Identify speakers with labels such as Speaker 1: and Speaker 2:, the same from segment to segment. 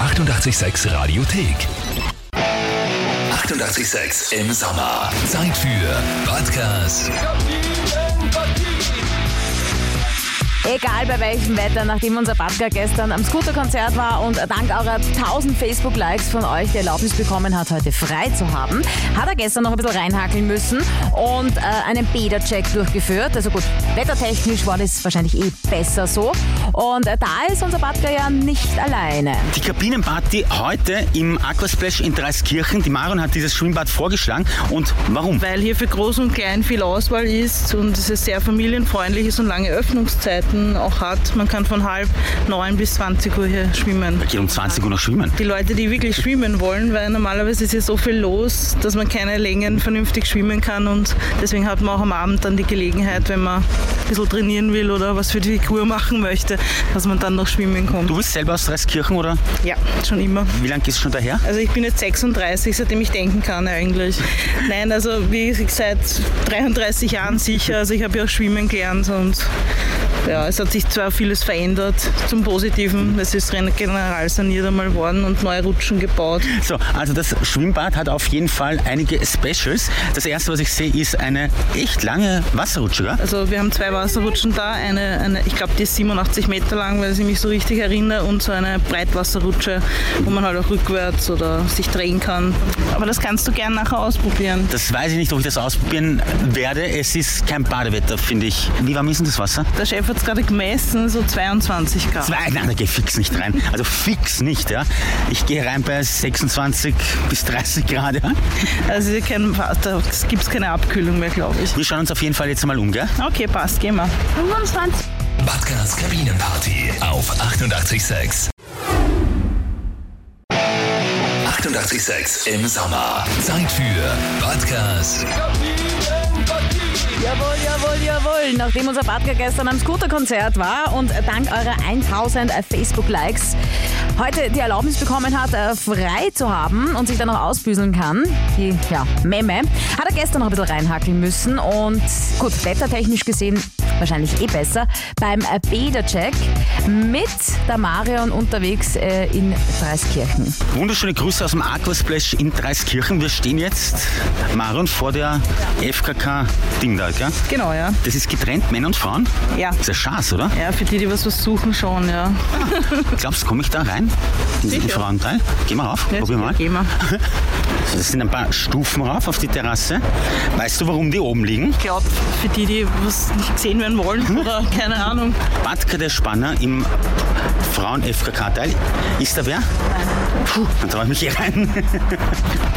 Speaker 1: 886 Radiothek. 88,6 im Sommer. Zeit für Podcast.
Speaker 2: Egal bei welchem Wetter, nachdem unser Butler gestern am Scooterkonzert war und dank eurer 1000 Facebook-Likes von euch die Erlaubnis bekommen hat, heute frei zu haben, hat er gestern noch ein bisschen reinhakeln müssen und äh, einen Bädercheck durchgeführt. Also gut, wettertechnisch war das wahrscheinlich eh besser so. Und äh, da ist unser Butler ja nicht alleine.
Speaker 3: Die Kabinenparty heute im Aquasplash in Dreiskirchen. Die Marion hat dieses Schwimmbad vorgeschlagen. Und warum?
Speaker 4: weil hier für Groß und Klein viel Auswahl ist und es ist sehr familienfreundlich ist und lange Öffnungszeiten auch hat. Man kann von halb neun bis 20 Uhr hier schwimmen.
Speaker 3: Geht um 20 Uhr noch schwimmen.
Speaker 4: Die Leute, die wirklich schwimmen wollen, weil normalerweise ist hier so viel los, dass man keine Längen vernünftig schwimmen kann und deswegen hat man auch am Abend dann die Gelegenheit, wenn man ein bisschen trainieren will oder was für die Figur machen möchte, dass man dann noch schwimmen kommt.
Speaker 3: Du bist selber aus Dreiskirchen, oder?
Speaker 4: Ja, schon immer.
Speaker 3: Wie lange ist es schon daher?
Speaker 4: Also ich bin jetzt 36, seitdem ich denken kann eigentlich. Nein, also wie gesagt, seit 33 Jahren sicher. Also ich habe ja auch schwimmen gelernt und ja, es hat sich zwar vieles verändert zum Positiven. Es ist general saniert einmal worden und neue Rutschen gebaut.
Speaker 3: So, also das Schwimmbad hat auf jeden Fall einige Specials. Das erste, was ich sehe, ist eine echt lange Wasserrutsche, gell?
Speaker 4: Also wir haben zwei Wasserrutschen da. Eine, eine ich glaube, die ist 87 Meter lang, wenn ich mich so richtig erinnere. Und so eine Breitwasserrutsche, wo man halt auch rückwärts oder sich drehen kann. Aber das kannst du gern nachher ausprobieren.
Speaker 3: Das weiß ich nicht, ob ich das ausprobieren werde. Es ist kein Badewetter, finde ich. Wie warm ist denn das Wasser?
Speaker 4: Der Chef hat es gerade gemessen, so 22 Grad.
Speaker 3: Zwei, nein, da gehe ich fix nicht rein. Also fix nicht, ja. Ich gehe rein bei 26 bis 30 Grad, ja.
Speaker 4: Also hier kein, da gibt es keine Abkühlung mehr, glaube ich.
Speaker 3: Wir schauen uns auf jeden Fall jetzt mal um, gell?
Speaker 4: Okay, passt, gehen wir.
Speaker 2: 25
Speaker 1: Buttgers Kabinenparty auf 88,6. 88,6 im Sommer. Zeit für Podcast.
Speaker 2: Jawohl, jawohl, jawohl. Nachdem unser Badger gestern am Scooterkonzert war und dank eurer 1000 Facebook-Likes heute die Erlaubnis bekommen hat, äh, frei zu haben und sich dann noch ausbüseln kann, die ja, Memme, hat er gestern noch ein bisschen reinhackeln müssen und gut, wettertechnisch gesehen wahrscheinlich eh besser beim äh, Bädercheck mit der Marion unterwegs äh, in Dreiskirchen.
Speaker 3: Wunderschöne Grüße aus dem Aquasplash in Dreiskirchen. Wir stehen jetzt, Marion, vor der FKK-Ding da, gell?
Speaker 4: Genau, ja.
Speaker 3: Das ist getrennt, Männer und Frauen?
Speaker 4: Ja.
Speaker 3: Ist ja schade, oder?
Speaker 4: Ja, für die, die was versuchen, schon, ja.
Speaker 3: Glaubst du, komme ich da rein? In diesen
Speaker 4: Sicher.
Speaker 3: Frauenteil? Gehen wir rauf, probieren wir mal.
Speaker 4: Gehen wir.
Speaker 3: So, das sind ein paar Stufen rauf auf die Terrasse. Weißt du, warum die oben liegen?
Speaker 4: Ich glaube, für die, die was nicht gesehen werden
Speaker 3: Hm?
Speaker 4: wollen oder keine Ahnung.
Speaker 3: Batka der Spanner im Frauen-FKK-Teil. Ist da wer? Puh, dann traue ich mich hier rein.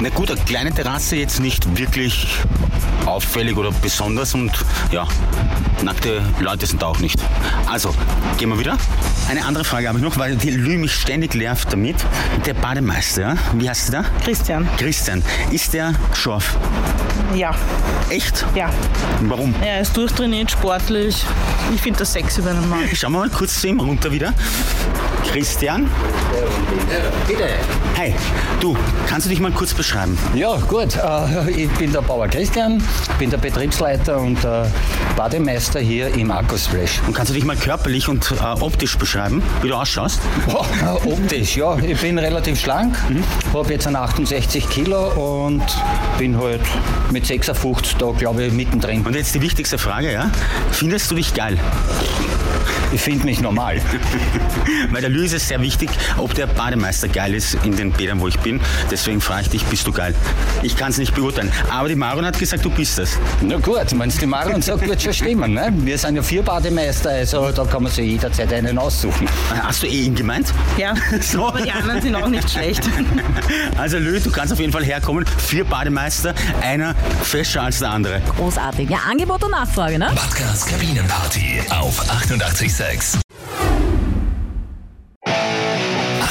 Speaker 3: Na gut, eine kleine Terrasse jetzt nicht wirklich auffällig oder besonders und ja, nackte Leute sind da auch nicht. Also, gehen wir wieder. Eine andere Frage habe ich noch, weil die Lü mich ständig nervt damit. Der Bademeister, ja? wie heißt der?
Speaker 4: Christian.
Speaker 3: Christian. Ist der scharf?
Speaker 4: Ja.
Speaker 3: Echt?
Speaker 4: Ja.
Speaker 3: Warum?
Speaker 4: Er ist durchtrainiert, sportlich. Ich finde das sexy bei einem Mann.
Speaker 3: Schauen wir mal kurz zu ihm runter wieder. Christian. Bitte. Hi, du, kannst du dich mal kurz beschreiben?
Speaker 5: Ja, gut. Äh, Ich bin der Bauer Christian, bin der Betriebsleiter und äh, Bademeister hier im Akkusplash.
Speaker 3: Und kannst du dich mal körperlich und äh, optisch beschreiben, wie du ausschaust?
Speaker 5: Oh, äh, optisch, ja. Ich bin relativ schlank, habe jetzt an 68 Kilo und bin halt mit 56 da, glaube ich, mittendrin.
Speaker 3: Und jetzt die wichtigste Frage, ja? Findest du dich geil?
Speaker 5: Ich finde mich normal.
Speaker 3: Weil der Lü ist es sehr wichtig, ob der Bademeister geil ist in den Bädern, wo ich bin. Deswegen frage ich dich, bist du geil? Ich kann es nicht beurteilen. Aber die Maron hat gesagt, du bist es.
Speaker 5: Na gut, wenn es die Marion sagt, wird schon stimmen. Ne? Wir sind ja vier Bademeister, also da kann man sich jederzeit einen aussuchen.
Speaker 3: Hast du eh ihn gemeint?
Speaker 4: Ja.
Speaker 3: So.
Speaker 4: Aber die anderen sind auch nicht schlecht.
Speaker 3: Also Lü, du kannst auf jeden Fall herkommen. Vier Bademeister, einer fescher als der andere.
Speaker 2: Großartig. Ja, Angebot und Nachfrage, ne?
Speaker 1: Buttgers Kabinenparty auf 88,6.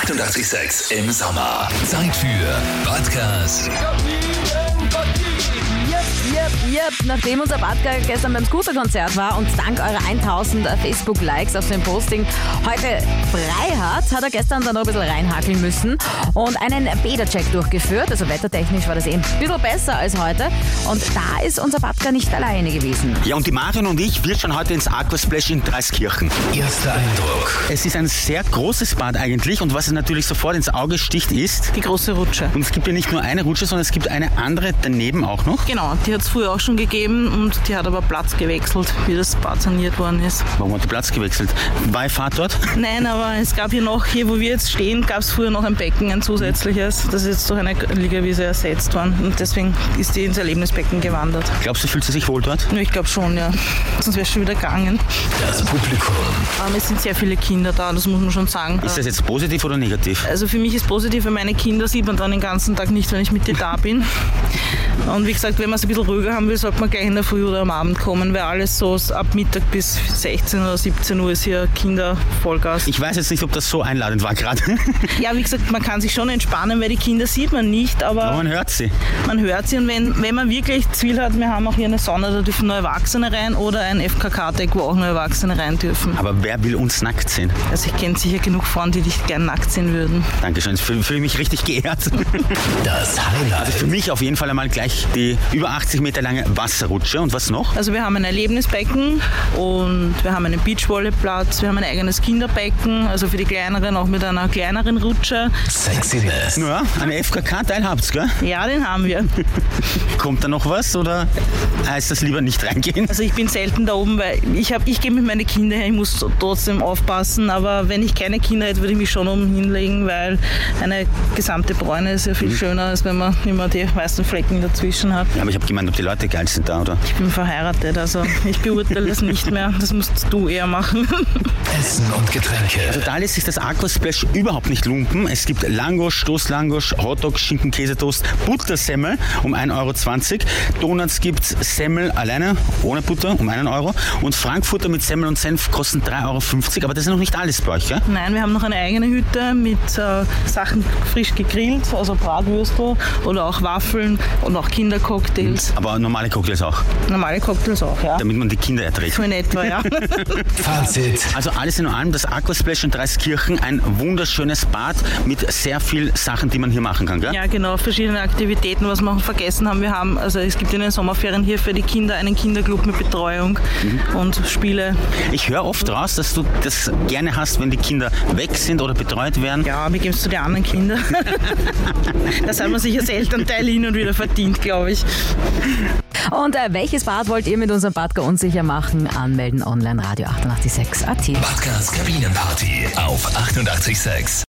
Speaker 1: 88,6 im Sommer. Zeit für Podcast.
Speaker 2: Yep, yep, ihr, nachdem unser Badger gestern beim Scooter-Konzert war und dank eurer 1000 Facebook-Likes auf dem Posting heute frei hat, hat er gestern dann noch ein bisschen reinhackeln müssen und einen Beta-Check durchgeführt. Also wettertechnisch war das eh ein bisschen besser als heute. Und da ist unser Badger nicht alleine gewesen.
Speaker 3: Ja, und die Marion und ich, wir schauen heute ins Aquasplash in Dreiskirchen.
Speaker 1: Erster Eindruck.
Speaker 3: Es ist ein sehr großes Bad eigentlich und was natürlich sofort ins Auge sticht ist,
Speaker 4: Die große Rutsche.
Speaker 3: und es gibt ja nicht nur eine Rutsche, sondern es gibt eine andere daneben auch noch.
Speaker 4: Genau, die hat es früher auch schon gegeben und die hat aber Platz gewechselt, wie das Bad saniert worden ist.
Speaker 3: Warum hat die Platz gewechselt? War ich Fahrt dort?
Speaker 4: Nein, aber es gab hier noch, hier wo wir jetzt stehen, gab es früher noch ein Becken, ein zusätzliches. Das ist jetzt durch eine Liegewiese ersetzt worden und deswegen ist die ins Erlebnisbecken gewandert.
Speaker 3: Glaubst du, fühlt sie sich wohl dort?
Speaker 4: Nur ich glaube schon, ja. Sonst wäre es schon wieder gegangen.
Speaker 1: Das Publikum.
Speaker 4: Aber es sind sehr viele Kinder da, das muss man schon sagen.
Speaker 3: Ist das jetzt positiv oder negativ?
Speaker 4: Also für mich ist positiv, weil meine Kinder sieht man dann den ganzen Tag nicht, wenn ich mit dir da bin. Und wie gesagt, wenn man es ein bisschen ruhiger haben will, sollte man gleich in der Früh oder am Abend kommen, weil alles so ab Mittag bis 16 oder 17 Uhr ist hier Kinder Vollgas.
Speaker 3: Ich weiß jetzt nicht, ob das so einladend war gerade.
Speaker 4: Ja, wie gesagt, man kann sich schon entspannen, weil die Kinder sieht man nicht,
Speaker 3: Aber
Speaker 4: aber
Speaker 3: man hört sie.
Speaker 4: man hört sie. Und wenn, wenn man wirklich Zwill hat, wir haben auch hier eine Sauna, da dürfen nur Erwachsene rein oder ein FKK-Deck, wo auch nur Erwachsene rein dürfen.
Speaker 3: Aber wer will uns nackt sehen?
Speaker 4: Also ich kenne sicher genug Frauen, die dich gern nackt sehen würden.
Speaker 3: Dankeschön, ich fühle fühle mich richtig geehrt.
Speaker 1: Das Highlight.
Speaker 3: Für mich auf jeden Fall einmal gleich die über 80 Meter lange Wasserrutsche. Und was noch?
Speaker 4: Also wir haben ein Erlebnisbecken und wir haben einen Beachvolleyplatz, wir haben ein eigenes Kinderbecken, also für die Kleineren auch mit einer kleineren Rutsche.
Speaker 1: Sexiness.
Speaker 3: Ja, an FKK-Teil habt's, gell?
Speaker 4: Ja, den haben wir.
Speaker 3: Kommt da noch was oder heißt das lieber nicht reingehen?
Speaker 4: Also ich bin selten da oben, weil ich, hab- ich gehe mit meinen Kindern her, ich muss so trotzdem aufpassen, aber wenn ich keine Kinder hätte, würde ich mich schon oben hinlegen, weil eine gesamte Bräune ist ja viel schöner, als wenn man immer die weißen Flecken dazwischen hat.
Speaker 3: Ja, aber ich habe gemeint, ob die Leute geil sind da, oder?
Speaker 4: Ich bin verheiratet, also ich beurteile das nicht mehr, das musst du eher machen.
Speaker 1: Essen und Getränke.
Speaker 3: Da lässt sich das Aquasplash überhaupt nicht lumpen. Es gibt Langosch, Stoßlangosch, Hotdog, Schinken, Käsetoast, Buttersemmel um 1,20 Euro. Donuts gibt's Semmel alleine, ohne Butter, um 1 Euro. Und Frankfurter mit Semmel und Senf kosten 3,50 Euro. Aber das ist noch nicht alles bei euch, gell?
Speaker 4: Nein, wir haben noch eine eigene Hütte mit äh, Sachen frisch gegrillt, also Bratwürstel oder auch Waffeln und auch Kindercocktails.
Speaker 3: Aber normale Cocktails auch,
Speaker 4: Normale Cocktails auch, ja.
Speaker 3: damit man die Kinder erträgt.
Speaker 4: So in etwa, ja.
Speaker 1: Fazit.
Speaker 3: Also alles in allem, das Aquasplash in Dreiskirchen, ein wunderschönes Bad mit sehr viel Sachen, die man hier machen kann, gell?
Speaker 4: ja, genau, verschiedene Aktivitäten, was wir auch vergessen haben. Wir haben, also es gibt in den Sommerferien hier für die Kinder einen Kinderclub mit Betreuung und Spiele.
Speaker 3: Ich höre oft raus, dass du das gerne hast, wenn die Kinder weg sind oder betreut werden.
Speaker 4: Ja, wie gibst du die anderen Kinder? das hat man sich als Elternteil hin und wieder verdient, glaube ich.
Speaker 2: Und äh, welches Bad wollt ihr mit unserem Badger unsicher machen? Anmelden online Radio 886 AT.
Speaker 1: Badgers Kabinenparty auf 88.6.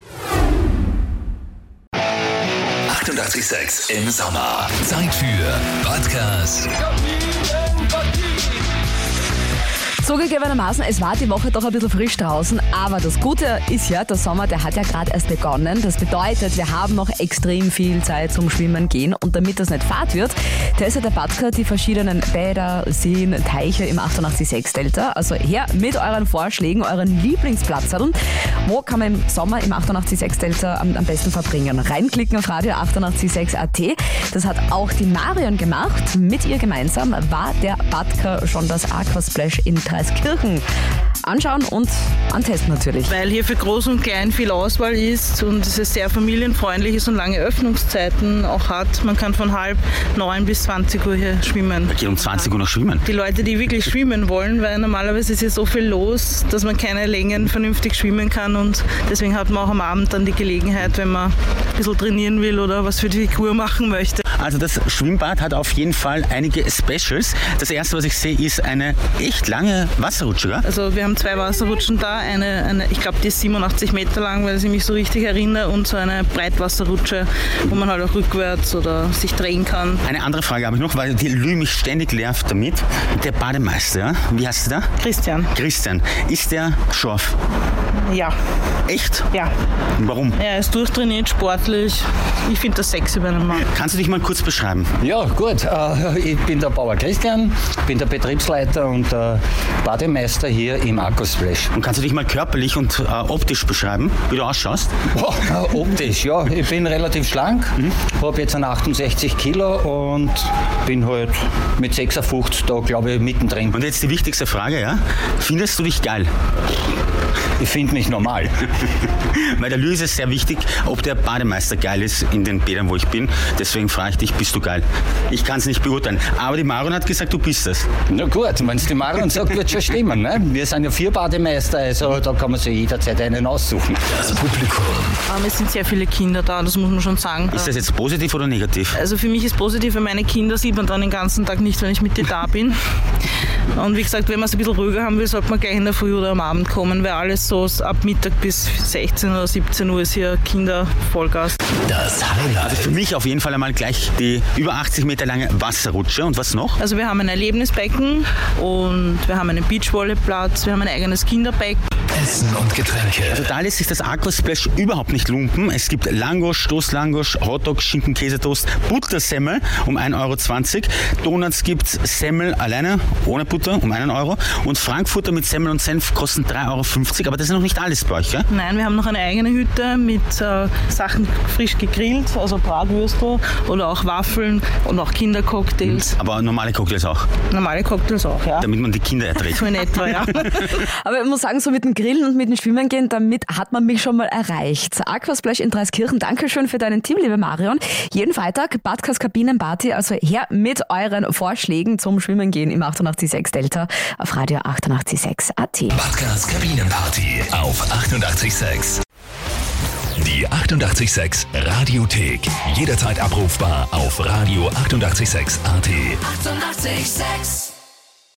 Speaker 1: 88.6 im Sommer. Zeit für Badgers
Speaker 6: Zugegebenermaßen, es war die Woche doch ein bisschen frisch draußen, aber das Gute ist ja, der Sommer, der hat ja gerade erst begonnen. Das bedeutet, wir haben noch extrem viel Zeit zum Schwimmen gehen und damit das nicht fad wird, testet der Batka die verschiedenen Bäder, Seen, Teiche im 886 Delta. Also her mit euren Vorschlägen, euren Lieblingsplatz Wo kann man im Sommer im 886 Delta am, am besten verbringen? Reinklicken auf Radio 886 AT. Das hat auch die Marion gemacht. Mit ihr gemeinsam war der Badker schon das Aquasplash in Dreiskirchen. Anschauen und antesten natürlich.
Speaker 4: weil hier für Groß und Klein viel Auswahl ist und es sehr familienfreundlich ist und lange Öffnungszeiten auch hat. Man kann von halb neun bis 20 Uhr hier schwimmen.
Speaker 3: Geht um 20 Uhr noch schwimmen.
Speaker 4: Die Leute, die wirklich schwimmen wollen, weil normalerweise ist hier so viel los, dass man keine Längen vernünftig schwimmen kann und deswegen hat man auch am Abend dann die Gelegenheit, wenn man ein bisschen trainieren will oder was für die Figur machen möchte.
Speaker 3: Also das Schwimmbad hat auf jeden Fall einige Specials. Das erste, was ich sehe, ist eine echt lange Wasserrutsche. gell?
Speaker 4: Also wir haben zwei Wasserrutschen da, eine, eine ich glaube die ist 87 Meter lang, wenn ich mich so richtig erinnere, und so eine Breitwasserrutsche, wo man halt auch rückwärts oder sich drehen kann.
Speaker 3: Eine andere Frage habe ich noch, weil die Lü mich ständig nervt damit. Der Bademeister, ja? wie heißt der?
Speaker 4: Christian.
Speaker 3: Christian. Ist der scharf?
Speaker 4: Ja,
Speaker 3: Echt?
Speaker 4: ja.
Speaker 3: Warum?
Speaker 4: Er ist durchtrainiert, sportlich. Ich finde das sexy bei einem Mann.
Speaker 3: Kannst du dich mal kurz beschreiben?
Speaker 5: Ja, gut. Äh, ich bin der Bauer Christian, bin der Betriebsleiter und äh, Bademeister hier im Akkusplash.
Speaker 3: Und kannst du dich mal körperlich und äh, optisch beschreiben, wie du ausschaust?
Speaker 5: Boah, äh, optisch, ja. Ich bin relativ schlank, habe jetzt an 68 Kilo und bin halt mit 56 da, glaube ich, mittendrin.
Speaker 3: Und jetzt die wichtigste Frage, ja? Findest du dich geil?
Speaker 5: Ich finde mich normal.
Speaker 3: Weil der Lüse ist sehr wichtig, ob der Bademeister geil ist in den Bädern, wo ich bin. Deswegen frage ich dich, bist du geil? Ich kann es nicht beurteilen. Aber die Maron hat gesagt, du bist es.
Speaker 5: Na gut, wenn es die Marion sagt, wird schon stimmen. Ne? Wir sind ja vier Bademeister, also da kann man sich jederzeit einen aussuchen.
Speaker 1: Das Publikum.
Speaker 4: Ähm, es sind sehr viele Kinder da, das muss man schon sagen.
Speaker 3: Ist das jetzt positiv oder negativ?
Speaker 4: Also für mich ist positiv, weil meine Kinder sieht man dann den ganzen Tag nicht, wenn ich mit dir da bin. Und wie gesagt, wenn man es ein bisschen ruhiger haben will, sollte man gleich in der Früh oder am Abend kommen, weil alles so ab Mittag bis 16 oder 17 Uhr ist hier Kinder Vollgas.
Speaker 1: Das Highlight.
Speaker 3: Für mich auf jeden Fall einmal gleich die über 80 Meter lange Wasserrutsche. Und was noch?
Speaker 4: Also wir haben ein Erlebnisbecken und wir haben einen Beachvolleyplatz, wir haben ein eigenes Kinderbecken.
Speaker 1: Essen und Getränke.
Speaker 3: Da lässt sich das Aquasplash überhaupt nicht lumpen. Es gibt Langosch, Stoßlangosch, Hotdog, Schinken, Käsetoast, Buttersemmel um 1,20 Euro. Donuts gibt Semmel alleine, ohne Butter, um 1 Euro. Und Frankfurter mit Semmel und Senf kosten 3,50 Euro. Aber das ist noch nicht alles bei euch, gell?
Speaker 4: Nein, wir haben noch eine eigene Hütte mit äh, Sachen frisch gegrillt, also Bratwürstel oder auch Waffeln und auch Kindercocktails.
Speaker 3: Aber normale Cocktails auch,
Speaker 4: Normale Cocktails auch, ja.
Speaker 3: damit man die Kinder erträgt.
Speaker 4: So in etwa, ja.
Speaker 6: Aber ich muss sagen, so mit dem Grillen und mit dem Schwimmen gehen, damit hat man mich schon mal erreicht. Aquasplash in Dreiskirchen, Dankeschön für deinen Team, liebe Marion. Jeden Freitag Badkas Kabinenparty, also her mit euren Vorschlägen zum Schwimmen gehen im 886 Delta auf Radio 886 AT.
Speaker 1: Badkas Kabinenparty auf 886. Die 886 Radiothek. Jederzeit abrufbar auf radio886.at. 886! 886.
Speaker 7: Eighty-eight, sex.